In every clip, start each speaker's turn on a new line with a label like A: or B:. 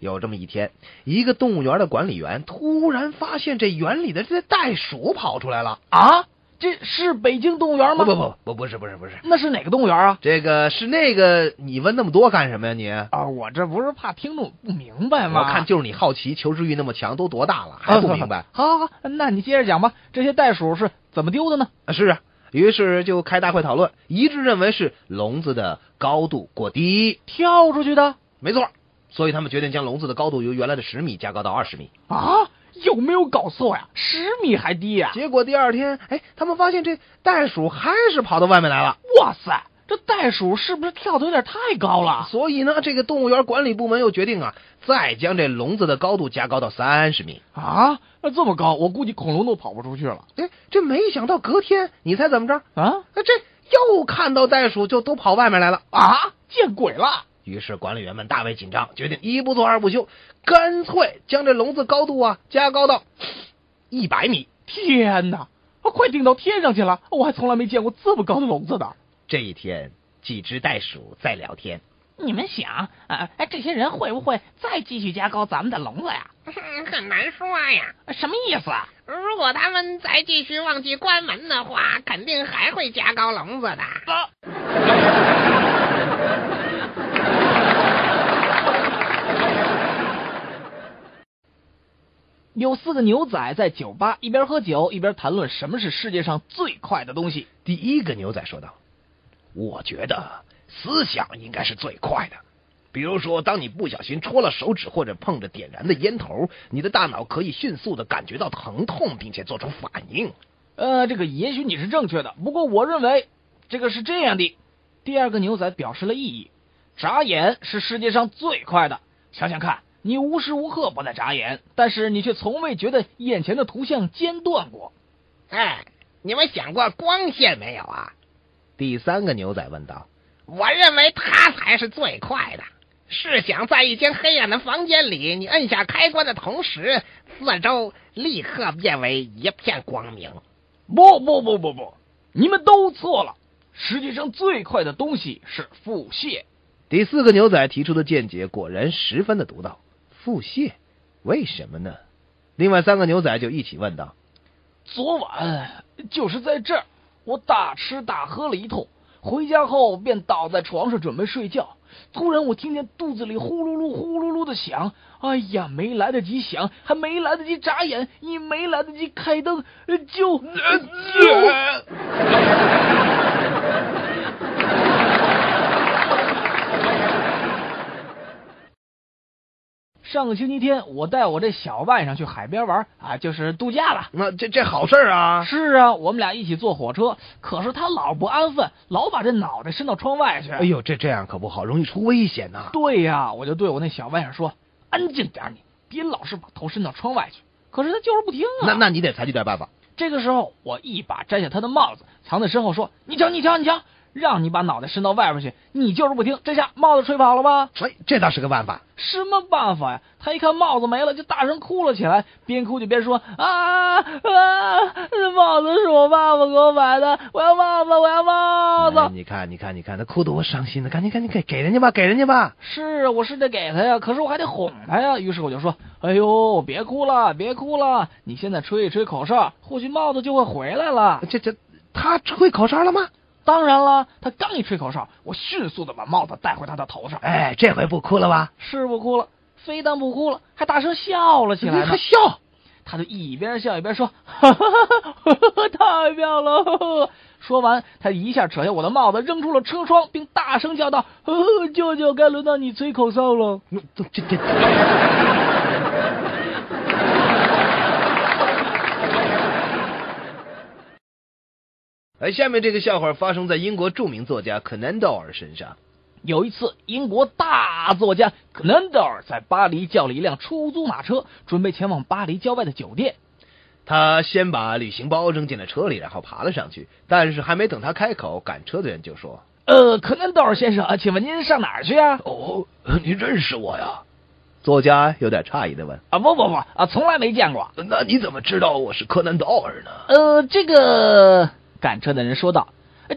A: 有这么一天，一个动物园的管理员突然发现这园里的这袋鼠跑出来了。
B: 啊，这是北京动物园
A: 不
B: 吗？
A: 不，不不不是不是不是，
B: 那是哪个动物园啊？
A: 这个是那个，你问那么多干什么呀你？
B: 啊，我这不是怕听众不明白吗？
A: 我看就是你好奇，求知欲那么强，都多大了还不明 白？
B: 啊好好好，那你接着讲吧。这些袋鼠是怎么丢的呢？
A: 啊是啊，于是就开大会讨论，一致认为是笼子的高度过低，
B: 跳出去的
A: 没错。所以他们决定将笼子的高度由原来的十米加高到二十米。
B: 啊？有没有搞错呀？十米还低呀、
A: 结果第二天，哎，他们发现这袋鼠还是跑到外面来了。
B: 啊哇塞，这袋鼠是不是跳的有点太高了？
A: 所以呢，这个动物园管理部门又决定啊，再将这笼子的高度加高到三十米。
B: 啊，那这么高，我估计恐龙都跑不出去了
A: 哎，这没想到隔天，你猜怎么着？
B: 啊
A: 哎，这又看到袋鼠就都跑外面来了。
B: 啊！见鬼了！
A: 于是管理员们大为紧张，决定一不做二不休，干脆将这笼子高度啊加高到一百米。
B: 天哪，啊快顶到天上去了！我还从来没见过这么高的笼子的。
A: 这一天，几只袋鼠在聊天。
B: 你们想，呃，哎，这些人会不会再继续加高咱们的笼子呀？
C: 嗯 很难说呀。
B: 什么意思啊？
C: 如果他们再继续忘记关门的话，肯定还会加高笼子的。
B: 有四个牛仔在酒吧一边喝酒一边谈论什么是世界上最快的东西。
A: 第一个牛仔说道：“我觉得思想应该是最快的。比如说，当你不小心戳了手指或者碰着点燃的烟头，你的大脑可以迅速的感觉到疼痛，并且做出反应。
B: 呃，这个也许你是正确的，不过我认为这个是这样的。第二个牛仔表示了异议，眨眼是世界上最快的。想想看，你无时无刻不在眨眼，但是你却从未觉得眼前的图像间断过。
C: 哎，你们想过光线没有啊？”
A: 第三个牛仔问道
C: 我认为它才是最快的。试想，在一间黑暗的房间里，你摁下开关的同时，四周立刻变为一片光明。
B: 不不不不不，你们都错了。世界上最快的东西是腹泻。：“
A: 第四个牛仔提出的见解果然十分的独到。腹泻，为什么呢？”另外三个牛仔就一起问道
B: 昨晚就是在这儿，我大吃大喝了一通，回家后便倒在床上准备睡觉。突然，我听见肚子里呼噜噜、呼噜噜的响。哎呀，没来得及想，还没来得及眨眼，也没来得及开灯，呃就
A: 呃
B: 就上个星期天，我带我这小外甥去海边玩啊，就是度假了。：“
A: 那这这好事儿啊！
B: 是啊，我们俩一起坐火车，可是他老不安分，老把这脑袋伸到窗外去。
A: 哎呦，这这样可不好，容易出危险呐、
B: 对呀、我就对我那小外甥说：“安静点儿你，别老是把头伸到窗外去。”可是他就是不听啊。
A: 那那你得采取点办法。”
B: 这个时候，我一把摘下他的帽子，藏在身后说：“你瞧，你瞧，你瞧，让你把脑袋伸到外边去，你就是不听。这下帽子吹跑了吧？
A: 哎，这倒是个办法。
B: 什么办法呀？”他一看帽子没了，就大声哭了起来，边哭就边说：“啊啊！这帽子是我爸爸给我买的，我要帽子，我要帽子。
A: 哎你看，你看，你看，他哭得多伤心呢！赶紧，赶紧给给人家吧，给人家吧。
B: 是啊，我是得给他呀，可是我还得哄他呀。于是我就说：“哎呦，别哭了，别哭了，你现在吹一吹口哨，或许帽子就会回来了。
A: 这这，他吹口哨了吗？”
B: 当然了，他刚一吹口哨，我迅速的把帽子戴回他的头上。，
A: 哎，这回不哭了吧？
B: 是不哭了，非但不哭了，还大声笑了起来呢
A: 还。笑。
B: 他就一边笑一边说：“ 哈哈哈哈太妙了！” 呵呵说完，他一下扯下我的帽子，扔出了车窗，并大声叫道：“ 呵呵舅舅，该轮到你吹口哨了。”
A: 嗯这这这， 哎，下面这个笑话发生在英国著名作家柯南道尔身上。
B: 有一次，英国大作家克南德尔在巴黎叫了一辆出租马车，准备前往巴黎郊外的酒店。
A: 他先把旅行包扔进了车里，然后爬了上去。但是还没等他开口，赶车的人就说
B: 呃，克南德尔先生，啊，请问您上哪儿去啊：“？
A: 哦，您认识我呀？”作家有点诧异的问
B: 啊，不不不，啊，从来没见过。：“
A: 那你怎么知道我是柯南道尔呢？”
B: 呃，这个赶车的人说道：“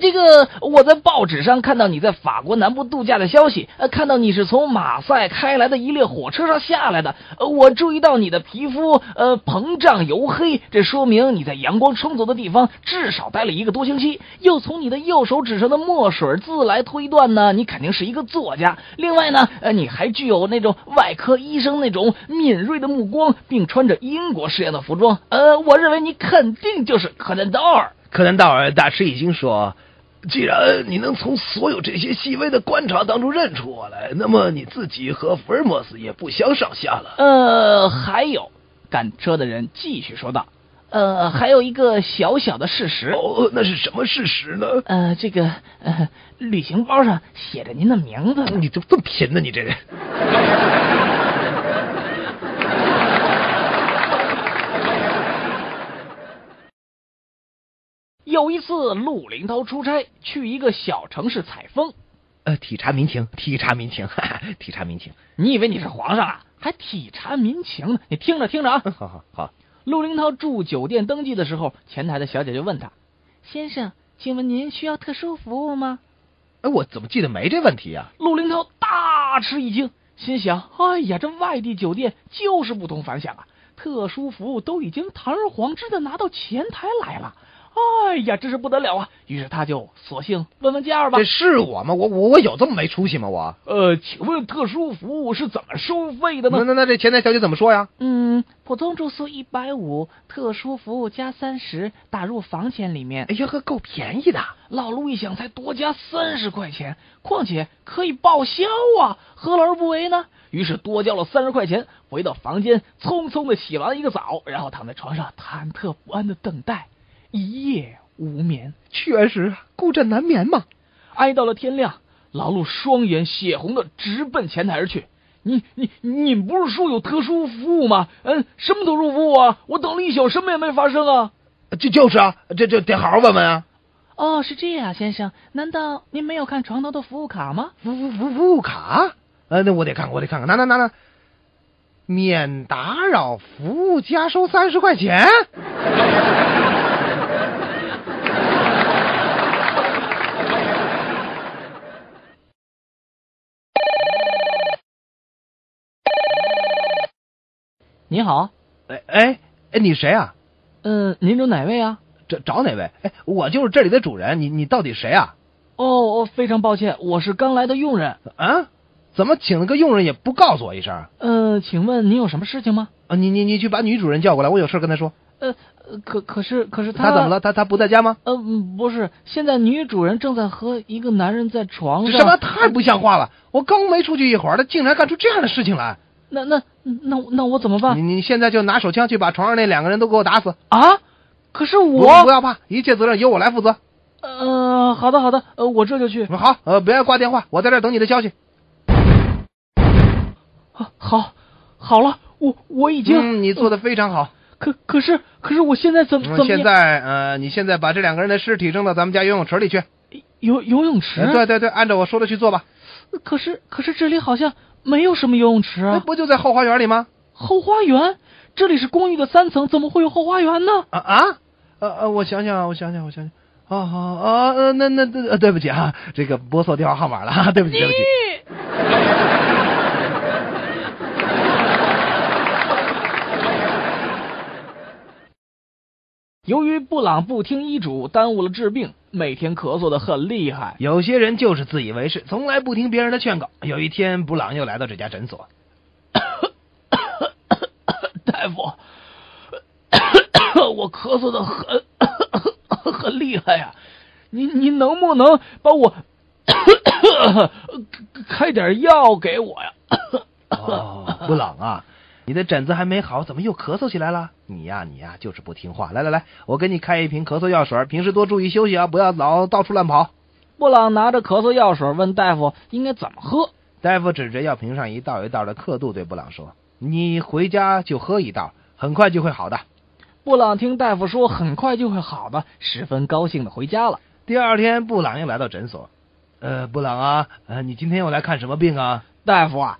B: 这个我在报纸上看到你在法国南部度假的消息，呃，看到你是从马赛开来的一列火车上下来的，呃，我注意到你的皮肤呃膨胀黝黑，这说明你在阳光充足的地方至少待了一个多星期。又从你的右手指上的墨水字来推断呢，你肯定是一个作家。另外呢，呃，你还具有那种外科医生那种敏锐的目光，并穿着英国式样的服装。呃，我认为你肯定就是柯南道尔。
A: 柯南道尔大吃一惊说：“既然你能从所有这些细微的观察当中认出我来，那么你自己和福尔摩斯也不相上下了。
B: 呃，还有，赶车的人继续说道，呃，还有一个小小的事实，
A: 哦，那是什么事实呢？
B: 呃，这个呃，旅行包上写着您的名字。
A: 你怎么这么贫呢？你这人。”
B: 有一次，陆林涛出差去一个小城市采风，
A: 呃，体察民情，体察民情，哈哈，体察民情。
B: 你以为你是皇上啊？还体察民情呢？你听着听着啊！
A: 嗯，好好好，
B: 陆林涛住酒店登记的时候，前台的小姐就问他：“先生，请问您需要特殊服务吗
A: 哎，我怎么记得没这问题啊呀、？”
B: 陆林涛大吃一惊，心想：“哎呀，这外地酒店就是不同凡响啊！特殊服务都已经堂而皇之的拿到前台来了，哎呀，真是不得了啊！”于是他就索性问问价吧
A: 这。是我吗？我我我有这么没出息吗？我
B: 呃，请问特殊服务是怎么收费的
A: 那那那这前台小姐怎么说呀？
B: 嗯，普通住宿一百五，特殊服务加三十，打入房钱里面。
A: 哎呀呵，够便宜的。
B: 老陆一想，才多加三十块钱，况且可以报销啊，何乐而不为呢？于是多交了三十块钱，回到房间，匆匆的洗完了一个澡，然后躺在床上忐忑不安的等待，一夜无眠。
A: 确实，孤枕难眠嘛。
B: 挨到了天亮，老陆双眼血红的直奔前台而去。你你你们不是说有特殊服务吗？嗯，什么特殊服务啊？我等了一宿，什么也没发生啊！
A: 这就是啊，这这得好好问问啊。
B: 哦，是这样，先生，难道您没有看床头的服务卡吗？
A: 服服服服务卡？呃，那我得看看，我得看看，拿拿拿拿。免打扰服务加收三十块钱。
B: 您好，
A: 哎哎哎，你谁啊？
B: 嗯、您找哪位啊？
A: 找找哪位？哎，我就是这里的主人。你你到底谁啊？
B: 哦，非常抱歉，我是刚来的佣人。
A: 啊？怎么请了个佣人也不告诉我一声啊？
B: 呃，请问您有什么事情吗？
A: 你你你去把女主人叫过来，我有事跟她说。
B: 呃，呃可可是可是
A: 她怎么了？？她她不在家吗？
B: 呃，嗯不是，现在女主人正在和一个男人在床
A: 这
B: 上。
A: 什么太不像话了！我刚没出去一会儿，她竟然干出这样的事情来。
B: 那那那那我怎么办
A: 你你现在就拿手枪去把床上那两个人都给我打死。
B: 啊？可是
A: 不
B: 我
A: 不要怕，一切责任由我来负责。
B: 呃，好的好的，呃，我这就去。
A: 好，呃，不要挂电话，我在这儿等你的消息。
B: 啊好，好了，我我已经、
A: 嗯，你做的非常好。
B: 可可是可是我现在怎么
A: 嗯
B: 怎么
A: 现
B: 样
A: 在呃，你现在把这两个人的尸体扔到咱们家游泳池里去。
B: 游游泳池？
A: 呃对对对，按照我说的去做吧。
B: 可是可是这里好像没有什么游泳池
A: 那
B: 啊，
A: 哎不就在后花园里吗？
B: 后花园，这里是公寓的三层，怎么会有后花园呢？
A: 啊啊，呃呃，我想想啊，我想想，我想想，啊好啊，呃，那那那呃，对不起啊，这个拨错电话号码了，啊哈对不起，对不起。
B: 由于布朗不听医嘱，耽误了治病，每天咳嗽的很厉害。
A: 有些人就是自以为是，从来不听别人的劝告。有一天，布朗又来到这家诊所，
B: 大夫，我咳嗽的很很厉害呀、您您能不能把我开点药给我呀？
A: 哦，布朗啊，你的疹子还没好，怎么又咳嗽起来了？你呀、你呀、就是不听话。来来来，我给你开一瓶咳嗽药水，平时多注意休息啊，不要老到处乱跑。
B: 布朗拿着咳嗽药水问大夫应该怎么喝。
A: 大夫指着药瓶上一道一道的刻度对布朗说：“你回家就喝一道，很快就会好的。”
B: 布朗听大夫说很快就会好的，十分高兴的回家了。
A: 第二天，布朗又来到诊所。呃，布朗啊，呃，你今天又来看什么病啊？
B: 大夫啊，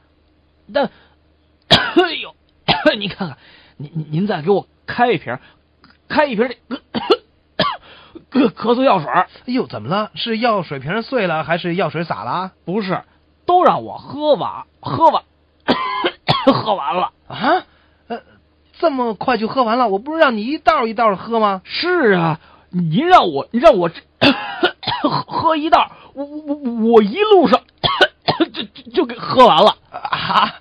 B: 但哎呦， 您看看，您您您再给我开一瓶，开一瓶这 咳咳咳嗽药水儿，
A: 哎呦，怎么了？是药水瓶碎了，还是药水洒了？
B: 不是，都让我喝完，喝完， 喝完了。
A: 啊？呃，这么快就喝完了？我不是让你一道一道喝吗？
B: 是啊，您让我，你让我这 喝 喝一道，我我我我一路上就就就给喝完了。
A: 啊，